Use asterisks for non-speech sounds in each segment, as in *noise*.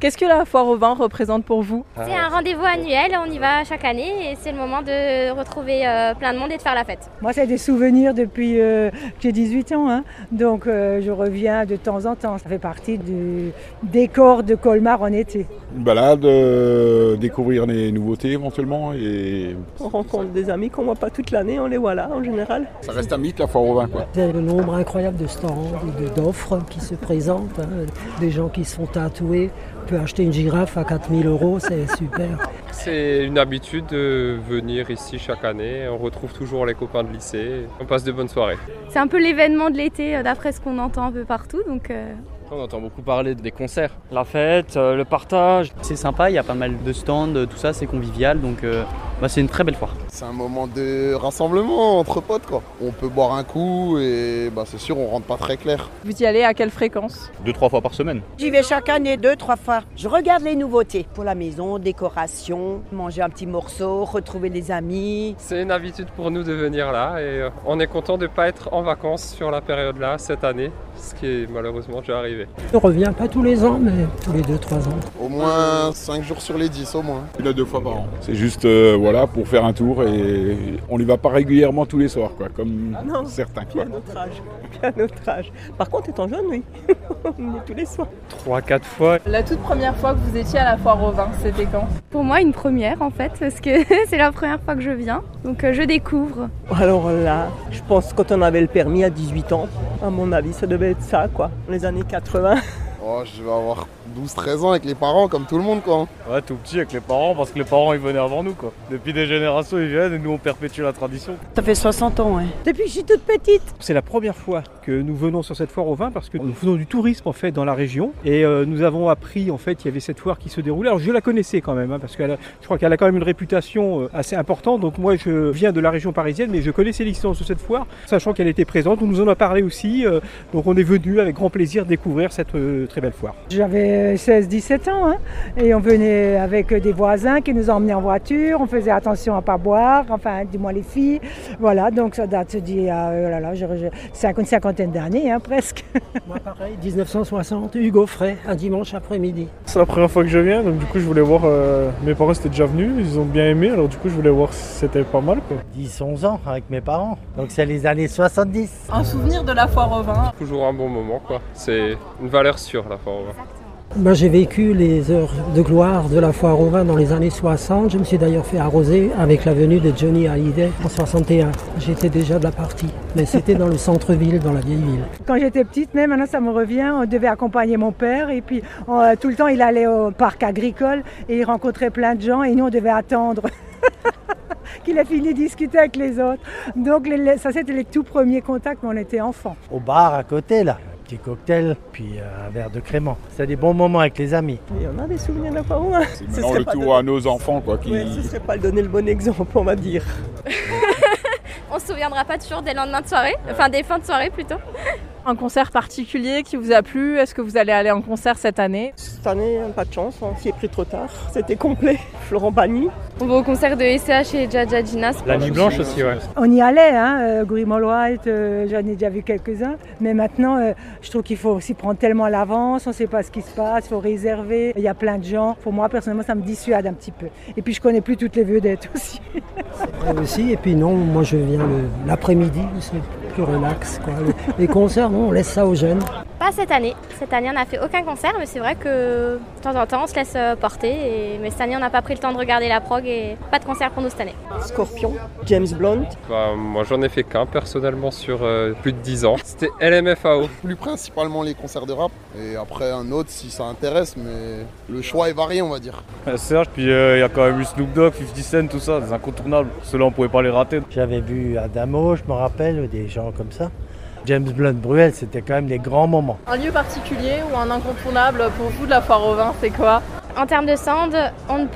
Qu'est-ce que la foire au vin représente pour vous C'est un rendez-vous annuel, on y va chaque année et c'est le moment de retrouver euh, plein de monde et de faire la fête. Moi, c'est des souvenirs depuis euh, que j'ai 18 ans. hein. Donc, euh, je reviens de temps en temps. Ça fait partie du décor de Colmar en été. Une balade, euh, découvrir les nouveautés éventuellement et On rencontre des amis qu'on voit pas toute l'année, on les voit là en général. ça reste un mythe la foire au vin quoi. Vous avez le nombre incroyable de stands, de- d'offres qui se présentent, hein. des gens qui se font tatouer. On peut acheter une girafe à 4000 euros, c'est super. Ah, C'est une habitude de venir ici chaque année. On retrouve toujours les copains de lycée. On passe de bonnes soirées. C'est un peu l'événement de l'été euh, d'après ce qu'on entend un peu partout. Donc, euh, On entend beaucoup parler des concerts. La fête, euh, le partage. C'est sympa, il y a pas mal de stands, euh, tout ça, c'est convivial, donc euh, bah, c'est une très belle foire. C'est un moment de rassemblement entre potes quoi. On peut boire un coup et bah, c'est sûr on rentre pas très clair. Vous y allez à quelle fréquence deux, trois fois par semaine. J'y vais chaque année deux, trois fois. Je regarde les nouveautés pour la maison, décoration, manger un petit morceau, retrouver les amis. C'est une habitude pour nous de venir là et euh, on est content de ne pas être en vacances sur la période là cette année, ce qui est malheureusement déjà arrivé. On revient pas tous les ans, mais tous les 2-3 ans. Au moins 5 jours sur les 10 au moins. Une à deux fois par an. C'est juste euh, voilà pour faire un tour et on n'y va pas régulièrement tous les soirs quoi, Ah comme non. certains Puis *laughs* quoi. à notre âge, puis à notre âge. Par contre, étant jeune, oui, *laughs* on y est tous les soirs. 3-4 fois, La toute première fois que vous étiez à la foire au vin, c'était quand pour moi, une première en fait, parce que *laughs* c'est la première fois que je viens. Donc, euh, je découvre. Alors là, je pense quand on avait le permis à 18 ans, à mon avis, ça devait être ça quoi, les années 80. Oh, je vais avoir 12-13 ans avec les parents comme tout le monde quoi. Ouais, tout petit avec les parents, parce que les parents ils venaient avant nous quoi. Depuis des générations ils viennent et nous on perpétue la tradition. Ça fait 60 ans, hein. Depuis que je suis toute petite. C'est la première fois que nous venons sur cette foire au vin parce que nous faisons du tourisme en fait dans la région et euh, nous avons appris en fait il y avait cette foire qui se déroulait. Alors je la connaissais quand même hein, parce que je crois qu'elle a quand même une réputation euh, assez importante. Donc moi je viens de la région parisienne mais je connaissais l'existence de cette foire, sachant qu'elle était présente. On nous en a parlé aussi, euh, donc on est venu avec grand plaisir découvrir cette euh, très belle foire. J'avais 16-17 ans hein, et on venait avec euh, des voisins qui nous emmenaient en voiture. On faisait attention à pas boire, enfin, du moins les filles. Voilà, donc ça date d'il y a euh, là, là, je- je- cinq- une cinquantaine d'années hein, presque. *laughs* Moi pareil, 1960, Hugo Frey, un dimanche après-midi. C'est la première fois que je viens, donc du coup je voulais voir. euh, mes parents étaient déjà venus, ils ont bien aimé, alors du coup je voulais voir si c'était pas mal quoi. 10-11 ans avec mes parents, donc c'est les années 70. Un souvenir de la foire au vin toujours un bon moment quoi. C'est une valeur sûre la foire au vin. Moi Ben, j'ai vécu les heures de gloire de la foire au vin dans les années 60. Je me suis d'ailleurs fait arroser avec la venue de Johnny Hallyday en 61. J'étais déjà de la partie, mais c'était dans le centre-ville, dans la vieille ville. Quand j'étais petite, même maintenant ça me revient, on devait accompagner mon père et puis on, euh, tout le temps il allait au parc agricole et il rencontrait plein de gens et nous on devait attendre *laughs* qu'il ait fini de discuter avec les autres. Donc les- les- ça c'était les tout premiers contacts quand on était enfant. Au bar à côté là, un petit cocktail, puis euh, un verre de crément. C'est des bons moments avec les amis. Et on a des souvenirs de la foire. hein. C'est Ce maintenant serait le pas tour donné- à nos enfants quoi qui Ouais, ce serait pas le donner le bon exemple, on va dire. On se souviendra pas toujours des lendemains de soirée, enfin des fins de soirée plutôt. Un concert particulier qui vous a plu Est-ce que vous allez aller en concert cette année Cette année, pas de chance, on s'y est pris trop tard. C'était complet. Florent Bagny, On va au concert de SCH et Jaja Ginas. La nuit blanche aussi, ouais. On y allait, hein, euh, Grimald White, euh, j'en ai déjà vu quelques-uns, mais maintenant euh, je trouve qu'il faut s'y prendre tellement à l'avance, on ne sait pas ce qui se passe, il faut réserver, il y a plein de gens. Pour moi personnellement ça me dissuade un petit peu. Et puis je connais plus toutes les vedettes *laughs* aussi. Et aussi, et puis non, moi je viens le- l'après-midi, c'est plus relax. Quoi. Les- Les concerts, non, on laisse ça aux jeunes. Pas cette année. Cette année, on n'a fait aucun concert, mais c'est vrai que de temps en temps, on se laisse euh, porter. et- Mais cette année, on n'a pas pris le temps de regarder la prog et pas de concert pour nous cette année. Scorpion, James Blunt. Bah, moi j'en ai fait qu'un personnellement sur euh, plus de 10 ans. C'était LMFAO. Plus principalement les concerts de rap et après un autre si ça intéresse mais le choix est varié on va dire. Euh, Serge, puis il y a quand même eu Snoop Dogg, 50 Cent, tout ça, des incontournables. Ceux-là on pouvait pas les rater. J'avais vu Adamo, je me rappelle, ou des gens comme ça. James Blunt Bruel, c'était quand même des grands moments. Un lieu particulier ou un incontournable pour vous de la foire au vin, c'est quoi En termes de sound, on ne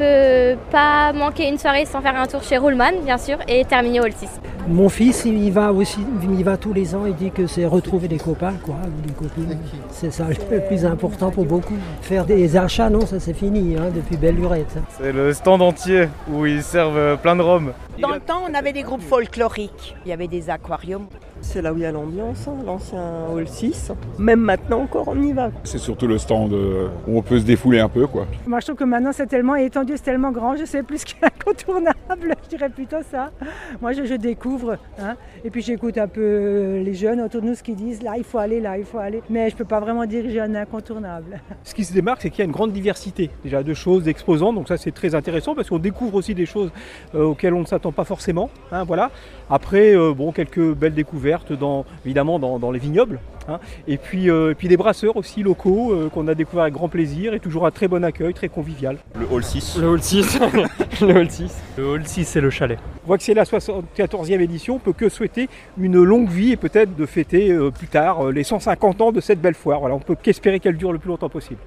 peut pas manquer une soirée sans faire un tour chez Rullman, bien sûr, et terminer au Hall 6. Mon fils, il y va aussi, il y va tous les ans, il dit que c'est retrouver des copains, quoi, ou des copines. C'est ça *laughs* le plus important pour beaucoup. Faire des achats, non, ça c'est fini, hein, depuis belle lurette. C'est le stand entier où ils servent euh, plein de rhum. Dans le temps, on avait des groupes folkloriques. Il y avait des aquariums. C'est là où il y a l'ambiance, hein, l'ancien hall 6. Même maintenant encore, on y va. C'est surtout le stand euh, où on peut se défouler un peu, quoi. Moi, je trouve que maintenant, c'est tellement étendu, c'est tellement grand, je sais plus ce qui est incontournable. *laughs* Je dirais plutôt ça. Moi, je, je découvre. hein. Et puis, j'écoute un peu les jeunes autour de nous ce qu'ils disent. Là, il faut aller, là, il faut aller. Mais je peux pas vraiment dire que j'ai un incontournable. Ce qui se démarque, c'est qu'il y a une grande diversité déjà de choses, d'exposants. Donc ça, c'est très intéressant parce qu'on découvre aussi des choses euh, auxquelles on ne s'attend pas forcément. hein, voilà. Après, euh, bon, quelques belles découvertes, dans, évidemment, dans, dans les vignobles. hein. Et, puis, euh, et puis des brasseurs aussi locaux euh, qu'on a découvert avec grand plaisir et toujours un très bon accueil, très convivial. Le hall 6. Le hall 6. *laughs* le hall 6. Le hall 6, c'est le chalet. On voit que c'est la 74e édition, on peut que souhaiter une longue vie et peut-être de fêter euh, plus tard euh, les 150 ans de cette belle foire. Voilà, on peut qu'espérer qu'elle dure le plus longtemps possible.